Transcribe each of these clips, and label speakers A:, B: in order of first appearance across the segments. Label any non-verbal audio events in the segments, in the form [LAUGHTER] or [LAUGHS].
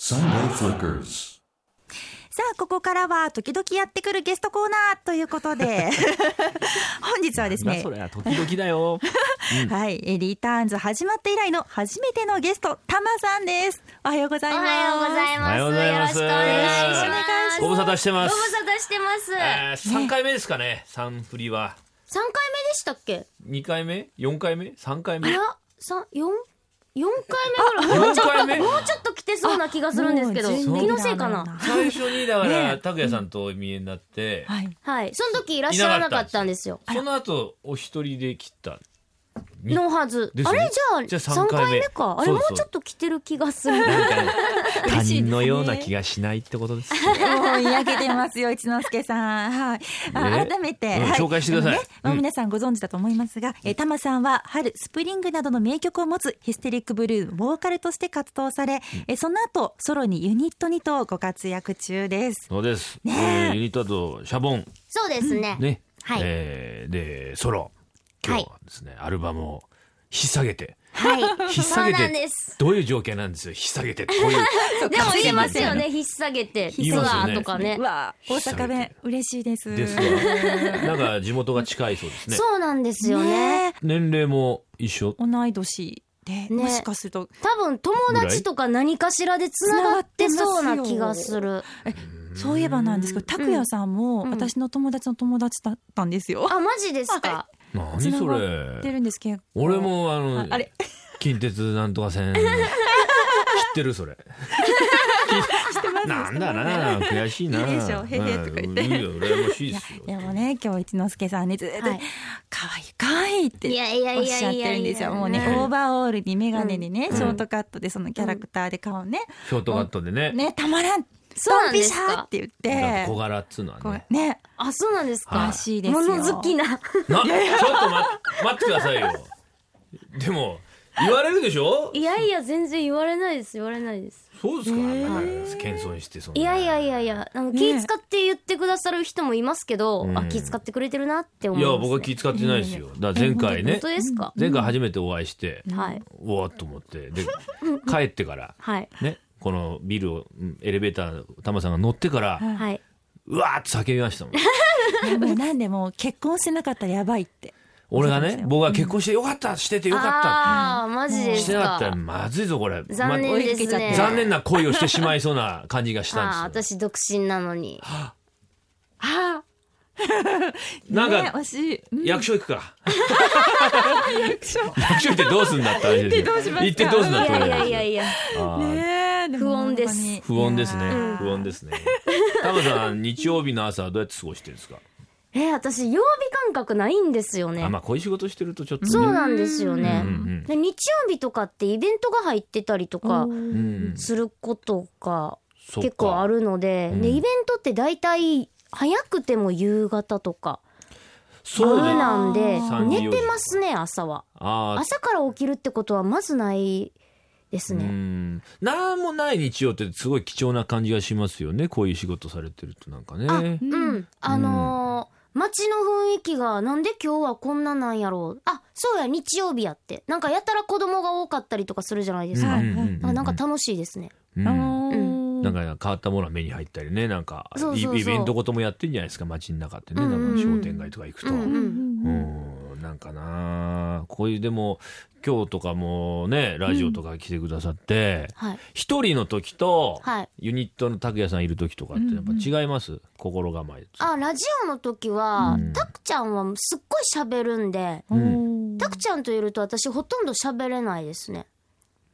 A: Sunday Flickers.
B: さあ、ここからは時々やってくるゲストコーナーということ
C: [LAUGHS]
B: で、本日はです
C: なんだ
B: ね
C: そ、れは時々だよ。
B: はい、えリターンズ始まって以来の初めてのゲスト、たまさんです。おはようござ
D: お
B: います。
D: はようござい
C: おは
D: ます。
C: ようございます
D: よろしくお願いします。
C: ご無沙汰してます
D: ご無沙汰してます。
C: えー三回目ですかね。三振りは
D: 三回目でしたっけ？
C: 二回目、四回目、三回
D: い
C: 目
D: や、、三四四回目ぐらい。もう
C: 四
D: ちょっ
C: 回
D: と
C: 目。
D: [LAUGHS] もうちょっと来てそうな気がするんですけど、
B: もう
D: 気
B: 準
C: レギュ
D: のせいかな。
C: 最初にだか
B: ね
C: ら拓也さんとお見えになって、
B: はい。
D: はい、その時いらっしゃらなかったんですよ。
C: その後お一人で切った。に
D: のはず。
C: です
D: あ
C: ね
D: れじ
C: じ
D: ゃ
C: ゃ
D: あ
C: あ
D: 三
C: 三
D: 回
C: 回
D: 目
C: 目
D: か。あれ
C: そう
D: も
C: そう
D: うちょっと来てる気がする。
C: なんかね他
B: 嬉しいですね
C: 人のような気がしないってことですよ。
B: もうにやけてますよ、一之輔さん。はい。あ
C: ね
B: 改めて、
C: うん
B: はい
C: 紹介してください
B: あのねまあ
C: うん
B: 皆さんご存知だと思いますが、えー、タマさんは春、スプリングなどの名曲を持つヒステリックブルー、ボーカルとして活動され、えーその後、ソロにユニットにとご活躍中です。
C: そうです。え
B: ねえ
C: ーユニットだとシャボン
D: そうですね。
C: ね、
D: はい
C: えーでソロ今日はですね、アルバムを引っ提げて。 [LAUGHS]
D: はい。
C: 引っ
D: そう
C: 提げ
D: なん
C: て
D: です。
C: どういう条件なんですよ引っ提げてこういう
D: でも言いますよね、引っ提げて、
C: [LAUGHS] 言い
D: ツ
C: ますよ
D: ア
C: ね
D: ーとかね
B: う。わあ大阪
C: 久々
B: 弁
C: に、
B: 嬉しいです。
C: ですがなんか地元が近いそうですね
D: そうなんですよね。
B: ねえ
C: 年齢も一緒
B: 同い年で、もしかすると、
D: 多分友達とか何かしらでつながってそうな気がする。
B: そういえばなんですけど、拓也さんも
D: うん
B: 私の友達の友達だったんですよ。
D: あ、マジですか。
C: 何
B: つな
C: そ
B: がって
C: れ
B: るんですけど。
C: 俺もあ
B: あ
C: の
B: あれ
C: 近鉄なんとか線知ってるそれなんだな悔しいない
B: いでしょへへとか言って
C: うんいいよ羨まし
B: い
C: いで
B: や
C: すよ
B: でもね今日一之輔さんねずっと
D: はい
B: 「可愛い可愛いって
D: いやいやい
B: おっ
D: やいやい
B: し
D: や
B: ゃってるんですよもうね
C: うん
B: オーバーオールに眼鏡にね
C: うん
B: ショートカットでそのキャラクターで顔ね
C: ショートカットでね
B: ねたまらん
D: そう
B: ド
D: な
B: ン
D: んで
B: ピ
D: す
B: シ
D: か
B: ャーって言っ
C: だって小
B: て
C: 柄っつうのは
B: こ
C: ね
B: うね
D: あ、そうなんです
C: はい
D: か。
B: らしいですよ
D: 物好きな。
C: な、ちょっと待待ってくださいよ。でも、言われるでしょ
D: いやいや、全然言われないです。言われないです。
C: そうですか、なんか謙遜して、そんな。
D: [LAUGHS] いやいやいやいや、あの、
B: ね
D: 気使って言ってくださる人もいますけど、
C: うん
D: あ、気使ってくれてるなって思
C: い
D: いま
C: や
D: す、ね。
C: 僕は気使ってないですよ。だから前回
D: 本
C: ね
D: 当、ですか、
C: 前回初めてお会いして、
D: はい。
C: うわーっと思って、で、帰ってから、
D: はい。
C: ね、このビルを、うんエレベーター、タマさんが乗ってか
B: は
C: ら、
D: はい。
C: うわーっと叫びましたもん。
B: いやもうなんでもう結婚してなかったらやばいって
C: 俺がね、僕は結婚してよかった、しててよかっ
D: ああ、マジ
C: た。
D: で
C: して
D: す
C: なか
D: か。
C: ったらまずいぞ、これ。
D: 残念です
B: ま追いかけちゃって
D: ね。
C: ま残念な恋をしてしまいそうな感じがしたんです
D: ああ、
C: よ。
D: 私独身なのに。あ
C: なんか
B: ね惜しいうん
C: 役所行く
D: [LAUGHS]
C: か。役所行ってどうすんだって話
B: 行っ
C: ですよ。
B: てどうしますか
C: 行ってどうすんだ
D: あ、
C: って
D: いや
C: 話
D: い
C: です
D: や
C: よ
D: いやいや。
C: あー
B: ねえでも
D: 不穏です
B: 本当に
C: 不穏ですね
B: いやー。
C: 不穏ですね。タマさん、日曜日の朝はどうやって過ごしてるんですか。
D: えー、私曜日感覚ないんですよね
C: あ、。まあ、こういう仕事してるとちょっとね。
D: そうなんですよね
C: うんうんうん。
D: で日曜日とかってイベントが入ってたりとか
C: うん。
D: することが
C: そっか
D: 結構あ。るので、
C: うん
D: でイベントって大体早くても夕方とか
C: そう
D: 夜
C: だ。
D: なんで
C: あー
D: 寝てますね朝は。
C: あ
D: 朝から起きるってことはまずないです
C: あ。う
D: ね。
C: ん。なんもない日曜ってすごい貴重な感じがしますよね。こういう仕事されてるとなんか
D: あ、う
C: ね。
D: ん、あのー街の雰囲気がなんで今日はこんななんやろうあそうや日曜日やってなんかやたら子供が多かったりとかするじゃないです
B: う
D: か、
B: ん
D: あなんか楽しいですね
C: うん
B: あー
C: なんか変わったものは目に入ったりねなんか
D: そうそうそう
C: イベントごともやってんじゃないですか街の中ってね、
D: うんうんうん
C: なんか商店街とか行くと、う
D: うん
C: ん
B: うん
C: なんかなあこういうでも今日とかもねラジオとか来てくださって
D: はい
C: 一、人の時と、
D: はい
C: ユニットの拓也さんいる時とかってやっぱ違います、心構えと
D: あラジオの時は、
C: うん
D: たくちゃんはすっごい喋るんで
B: う
C: うん
D: たくちゃんといると私ほとんど喋れないですね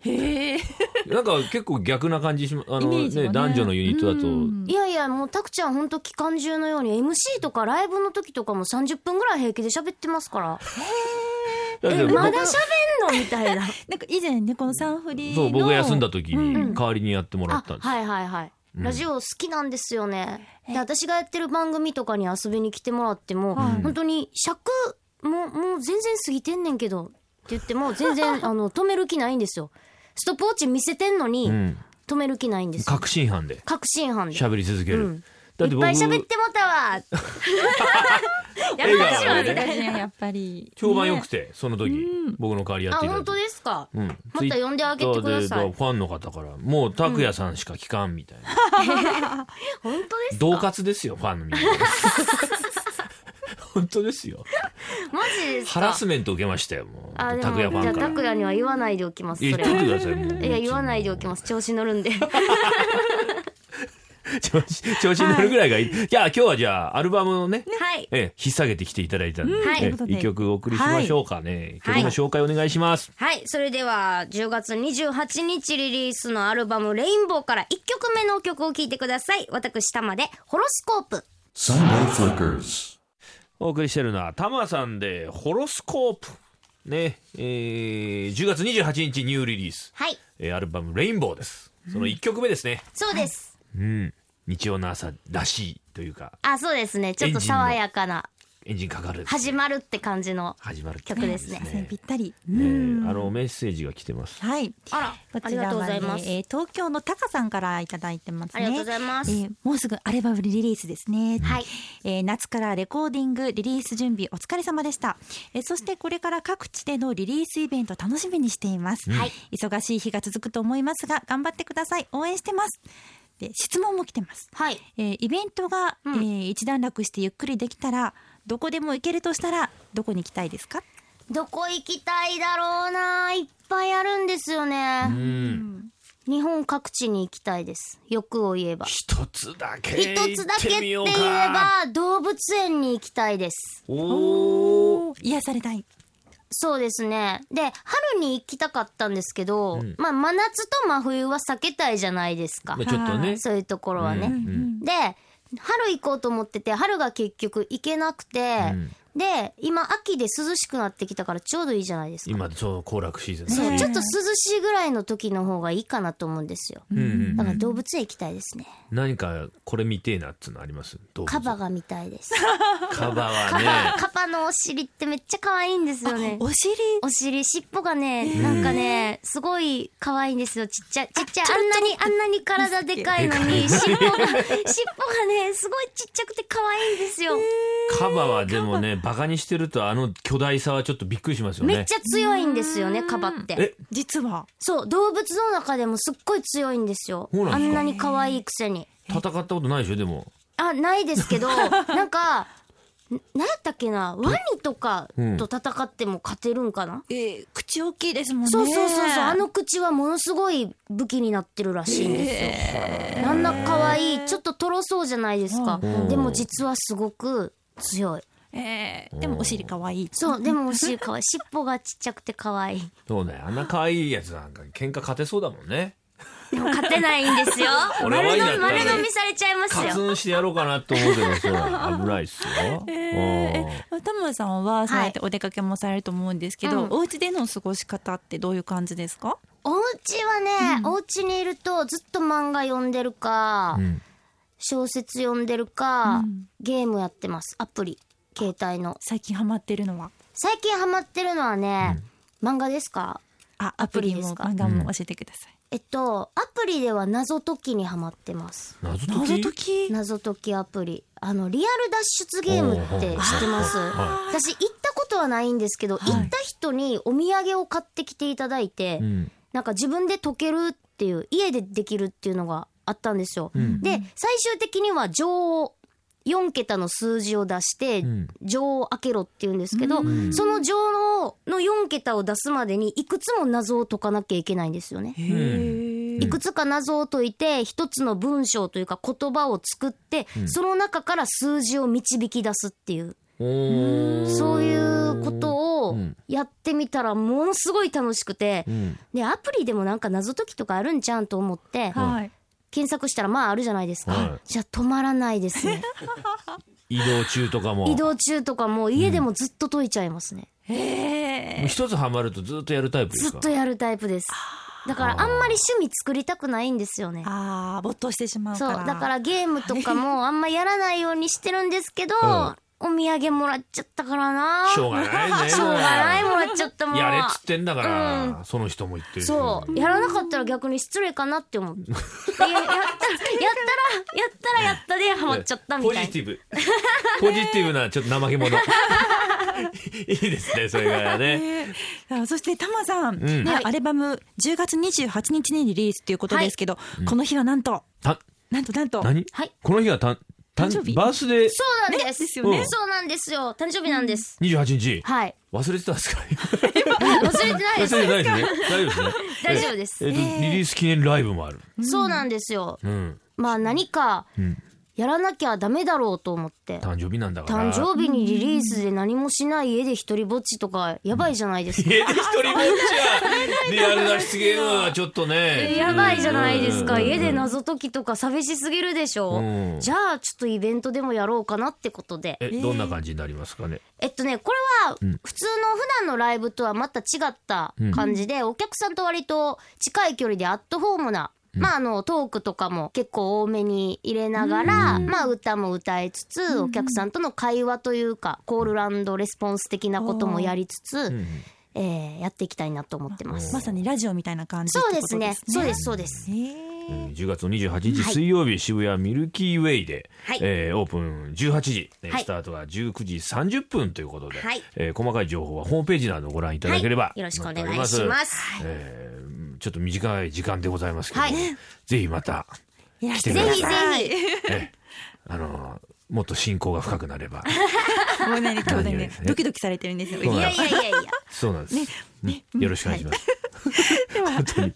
B: へえ
C: なんか結構逆な感じしまあ
B: イ
C: の、
B: メ
C: ね
B: ージがね
C: 男女のユニットだと、
B: うん
D: いやいやもうたくちゃんほんと期間中のように MC とかライブの時とかも30分ぐらい平気で喋ってますから
C: だって
D: え
C: 僕
D: まだ喋んのみたいな
B: なんか以前ねこのサンフリーの
C: そう僕が休んだ時
D: うんうん
C: に代わりにやってもら
D: あ
C: ったんです、
D: はいはいはい、
C: うん
D: ラジオ好きなんですよねで私がやってる番組とかに遊びに来てもらっても、
B: はい
D: 本当に尺ももう全然過ぎてんねんけどって言っても全然あの止める気ないんですよストップウォッチ見せてんのに、
C: うん、
D: 止める気ないんですよ
C: 確信犯で
D: 確信犯で
C: 喋り続ける、
D: うん
C: だ
D: いっぱい喋ってもうたわやめましょう
C: 笑顔で
D: みた
B: 大
D: い
B: 事
D: な。
B: やっぱり。
C: 評判良く
B: ね
C: て、その時、
B: うん
C: 僕の代わりや
D: あ、
C: っていただ
D: 本
C: いて
D: 当。ですか。
C: うん、
D: また呼んであげてください
C: ツイッターでファンの方からもう拓也さんしか聞かんみたいな、
D: [LAUGHS] 本当です
C: 同
D: か。
C: 喝ですよファン
D: [LAUGHS]
C: のみんな本当ですよ
D: マジです
C: ハ
D: か。
C: ラスメント受けましたよもう
D: あ、で
C: 拓也フ
D: も、じ
C: ァ
D: ゃあ、
C: ンから
D: 拓也には言わないでおきます。
C: 言
D: そ
C: っ
D: れ
C: といてく
D: は。
C: ださいもう
D: いや、言わないでおきます。調子乗るんで。
C: [LAUGHS] 調子調子に乗るぐらいがいい、い、や今日はじゃあアルバムのね
D: はい。
C: ええ、引っ提げてきていただいたんで、
B: うん
D: はい
B: とい
C: ええ
B: うことで
C: 一曲お送りしましょうかね、
D: はい
C: 曲の紹介お願いします、
D: はい。それでは、10月28日リリースのアルバム、レインボーから1曲目の曲を聴いてください。私、玉で、ホロスコープ。
A: Sunday Flickers.
C: お送りしてるのはタマさんでホロスコープねえー、10月28日ニューリリース、
D: はい。
C: えーアルバム「レインボー」ですその1曲目ですね、
D: そうです。
C: うん、日曜の朝らしいというか
D: あ、そうですね。ちょっと
C: エンジンの
D: 爽やかな、
C: エンジンかかる
D: 始まるって感じの。
C: 始まる
D: 曲ですね
B: そうぴったり。う
C: え
B: ん
C: ーあのメッセージが来てます
B: はい。
D: あら、
B: こ
D: あ
B: ち
D: りが
B: ら
D: とうご
B: は
D: ざい
B: ね
D: ます。、
B: えー東京のタカさんからいただいてます
D: あ
B: ね。
D: りがとうございます。
B: えーもうすぐアルバムリリースですね。
D: はい。
B: えー夏からレコーディングリリース準備お疲れ様でした、えーそしてこれから各地でのリリースイベント楽しみにしています、
D: はい
B: 忙しい日が続くと思いますが頑張ってください応援してますで質問も来てます、
D: はい。
B: えーイベントが、
D: うん
B: えー一段落してゆっくりできたらどこでも行けるとしたらどこに行きたいですか
D: どこ行きたいだろうないっぱいあるんですよ
C: う
D: ね。
C: ん
D: 日本各地に行きたいです。欲を言えば。
C: 一つだけ
D: 一つだけって言えば動物園に行きたいです。
C: おお
B: 癒されたい
D: そうですね。で、春に行きたかったんですけど、
C: うん
D: まあ真夏と真冬は避けたいじゃないですか
C: まあ。ちょっとね
D: そういうところはね。
C: うん
D: で、春行こうと思ってて、春が結局行けなくて、
C: うん
D: で、今秋で涼しくなってきたからちょうどいいじゃないですか。
C: 今そう行楽シーズンだし
D: そう、
B: ね
D: ちょっと涼しいぐらいの時の方がいいかなと思うんですよ。
C: うんうん
D: だから動物園行きたいですね。
C: 何かこれ見てえなっつうのあります動物
D: カバが見たいです。
C: カバ
D: カバ、
C: はね
D: カバのお尻ってめっちゃ可愛いんですよね。
B: お尻
D: お尻、尻尾がね、なんかね、すごい可愛いんですよ。ちっちゃい、ちっちゃい、あんなに、あんなに体でかいのに、尻尾が、尻尾がね、すごいちっちゃくて可愛いんですよ。
C: カバはでもねバカにしてるとあの巨大さはちょっとびっくりしますよ
D: めっ
C: ね
D: ちゃ強いんですよね、カバって。
C: え
B: 実は
D: そう、動物の中でもすっごい強いんですよ
C: そう。な
D: あ
C: んです
D: ん
C: か
D: なに可愛いくせに。
C: 戦ったことないでしょでも
D: あ、ないで
C: [LAUGHS]
D: すけど、なんか、んなんやったっけな、ワニとか
C: うん
D: と戦っても勝てるんかな、
B: えー口大きいですもんね
D: そうそうそうそう、あの口はものすごい武器になってるらしいんですよ。なんだ可愛い、ちょっととろそうじゃないですか。
C: うん
D: でも実はすごく強い。
B: えーでもお尻可愛い
D: そう、でもお尻可愛い、尻尾がちっちゃくて可愛い。
C: そうねあんな可愛いやつなんか喧嘩勝てそうだもんね
D: でも勝てないんですよ。
C: [LAUGHS] 俺は
D: 丸
C: ワニだった
D: 飲み、
C: ら
D: 丸飲みされちゃいます
C: カツ
D: よ。
C: ンしてやろうかなと思うけどそう危ないっすよ、
B: え
C: うん
B: ー、タムさんはそうやってお出かけもされると思うんですけど、
D: うん
B: お家での過ごし方ってどういう感じですか？
D: お家はね、お家にいるとずっと漫画読んでるか、
C: うん
D: 小説読んでるか、ゲームやってますアプリ携帯の
B: 最近ハマってるのは、
D: 最近ハマってるのはね、漫画ですか
B: あ、アプリも
D: アプリですか
B: 漫画も教えてください。
D: えっとアプリでは謎解きにハマってます
C: 謎解き
B: 謎解き、
D: 謎解きアプリあのリアル脱出ゲームって知ってます
C: は
D: 私行ったことはないんですけど、
B: い
D: 行った人にお土産を買ってきていただいて、
C: うん
D: なんか自分で解けるっていう家でできるっていうのがあったんですよ、
C: ん
D: で最終的には女王4桁の数字を出して
C: うん
D: 女王開けろって言うんですけど、その女王の4桁を出すまでにいくつも謎を解かなきゃいけないんですよね。
B: へー
D: いくつか謎を解いて一つの文章というか言葉を作って、その中から数字を導き出すっていう
C: おー
D: そういうことを
C: うん
D: やってみたらものすごい楽しくて、
C: うん
D: でアプリでもなんか謎解きとかあるんじゃうんと思って
B: はい。
D: 検索したらまああるじゃないですか、
C: は
D: じゃあ止まらないで
C: [LAUGHS]
D: すね
C: 移動中とかも
D: 移動中とかも家でもずっと解いちゃいますね、
B: へ
C: もう一つハマるとずっとやるタイプで
D: ず
C: す
D: っ
C: か
D: とやるタイプですだからあんまり趣味作りたくないんですよね
B: ああ、没頭してしまう
D: そ
B: か
D: う
B: ら。
D: だからゲームとかもあんまやらないようにしてるんですけど、
C: ん
D: お土産もらっちゃったからな。
C: しょうがないね
D: しょうがないもらっちゃったもん。
C: やれっつってんだから、
D: う
C: その人も言ってる
D: そう。やらなかったら逆に失礼かなって
C: [LAUGHS]
D: 思う。いややった、やったら、やったらやったでハマっちゃったみ
C: [LAUGHS] ポ
D: たい
C: ジ
D: な
C: テ。ィブポジティブなちょっと怠け
D: [LAUGHS]
C: 者いいですねそれからね
B: あそしてタマさん、
C: ん
B: ね
D: はい
B: アルバム10月28日にリリースということですけど、この日はなんと
C: た
B: なんとなんと
C: 何、
D: はい
C: この日がたんたん
B: 誕生日
C: バースデー
D: そうなんで
B: ね
D: す。
B: ですよね
D: うんそうなんですよ。誕生日なんです。
C: 28日
D: はい。
C: 忘れてたんですか
D: 忘れてないで
C: [LAUGHS] 忘
D: す。
C: れてないですね大丈夫ですね
D: 大丈夫です
C: ええっとリリース記念ライブもある
D: そうなんですよ。
C: うん
D: まあ何か
C: ん
D: やらなきゃダメだろうと思って。
C: 誕生日なんだから
D: 誕生日にリリースで何もしない家で一人ぼっちとかやばいじゃないですか。
C: 家で一人ぼっちはリアルな出現はちょっとね
D: [LAUGHS] やばいじゃないですか。
C: うん
D: 家で謎解きとか寂しすぎるでしょ
C: うん。
D: じゃあちょっとイベントでもやろうかなってことで。
C: えどんな感じになりますかね
D: えっとね、これは普通の普段のライブとはまた違った感じで、お客さんと割と近い距離でアットホームな、まああのトークとかも結構多めに入れながら、まあ歌も歌いつつ、お客さんとの会話というか、コールランドレスポンス的なこともやりつつ、えーやっていきたいなと思ってます。
B: まさにラジオみたいな感じ
D: そうです
B: って
D: ね。
B: こと
D: そうです、そうです。
B: へ
C: う
B: え
C: ん10月の28日水曜日、渋谷ミルキーウェイで、
D: はい
C: えーオープン18時、えー
D: はい
C: スタートが19時30分ということで、
D: はい
C: えー細かい情報はホームページなどをご覧いただければ、
D: はいよろしくお願い
C: 載っており
D: します
C: えーちょっと短い時間でございますけど、
D: はい
C: ぜひまた、
B: いらっしゃ
C: ぜ
B: い
C: ひぜ
D: ひ
C: えーあのーもっと親交が深くなれ
D: [LAUGHS]
C: ば
B: ひもう何兄弟
C: 何が
B: ね
C: ですね
B: ドキドキされてるんですよい
C: そう
D: い
C: な
D: や
C: ん
D: い
C: で
D: やいやいや。
C: [LAUGHS] そうなんです、うんよろしくお願いします、
B: ではまたね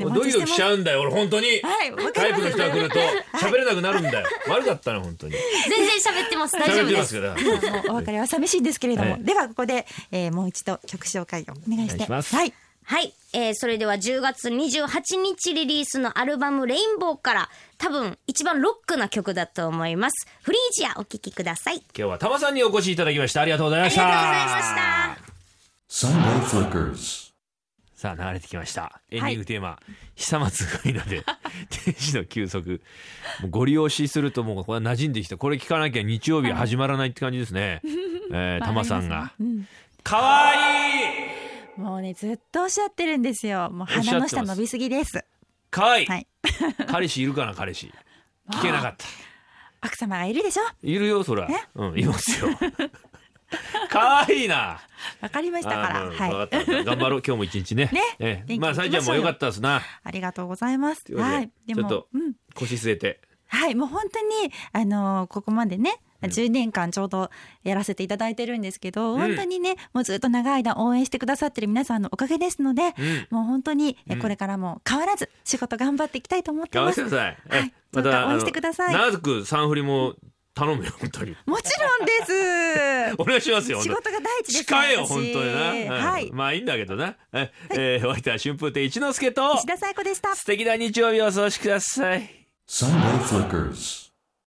B: お
C: ド
B: 待ち
C: キ
B: し
C: ドキしてち
B: ま
C: ゃうんだよ俺本当に、
B: はいわか
C: タ
B: り
C: イ
B: ます
C: プの人が来ると喋れなくなるんだよ悪かったな本当に
D: 全然喋ってます。大
C: 喋
D: 丈夫
C: って
D: で
C: ますす。から
B: すもうお別れは寂しいんですけれども、
C: はい
B: ではここで、えーもう一度曲紹介をお願いし
C: お願い
B: て
C: します
B: はい
D: はい、えー、それでは10月28日リリースのアルバム「レインボー」から多分一番ロックな曲だと思いますフリージアお聴きください
C: 今日は玉さんにお越しいただきましたありがとうございました
D: ありがとうございました
A: Sunday Flickers.
C: さあ流れてきましたエンディングテーマ、久松がいなで [LAUGHS] 天使の休息もうご利用しするともうこれは馴染んできたこれ聞かなきゃ日曜日は始まらないって感じですね、えー、玉さんが「かわいい
B: もうねずっとおっしゃってるんですよもう
C: おっし
B: 鼻
C: ゃ
B: の
C: ってま
B: 下
C: す
B: 伸びすぎです
C: かわいい、
B: はい
C: 彼氏いるかな彼氏聞けなかった
B: 奥様がいるでしょ
C: いるよそらうんいますよ [LAUGHS] かわいいな
B: わかりましたか
C: あー
B: ら
C: うん
B: は
C: わ
B: い
C: かった頑張ろう今日も一日ね
B: ね
C: ええ
B: 元気に
C: まあさいちゃんもよかったですな
B: ありがとうございます
C: ということで
B: はいで
C: ちょっと
B: もうん
C: 腰据えて
B: はい、もう本当に、あのここまでね、10年間ちょうどやらせていただいてるんですけど、
C: ん
B: 本当にね、もうずっと長い間応援してくださってる皆さんのおかげですので、
C: うん
B: もう本当に、え
C: うん
B: これからも変わらず仕事頑張っていきたいと思って
C: 頑張
B: ま
C: って
B: す。
C: [LAUGHS] ください。
B: はい
C: え
B: どうか応援してください
C: あの長くサンフリも頼むよ、
B: [LAUGHS]
C: 本当に。
B: もちろんで
C: [LAUGHS] お願いしますよ。
B: す。仕事が第一です
C: 近いよ、
B: 私
C: 本当にな。
B: は
C: う
B: い
C: ん、まあいいんだけどな。え、えー、お相手は春風亭一之輔と、
B: 石田紗友子でした。
C: 素敵な日曜日をお過ごしください。
A: Sunday Flickers.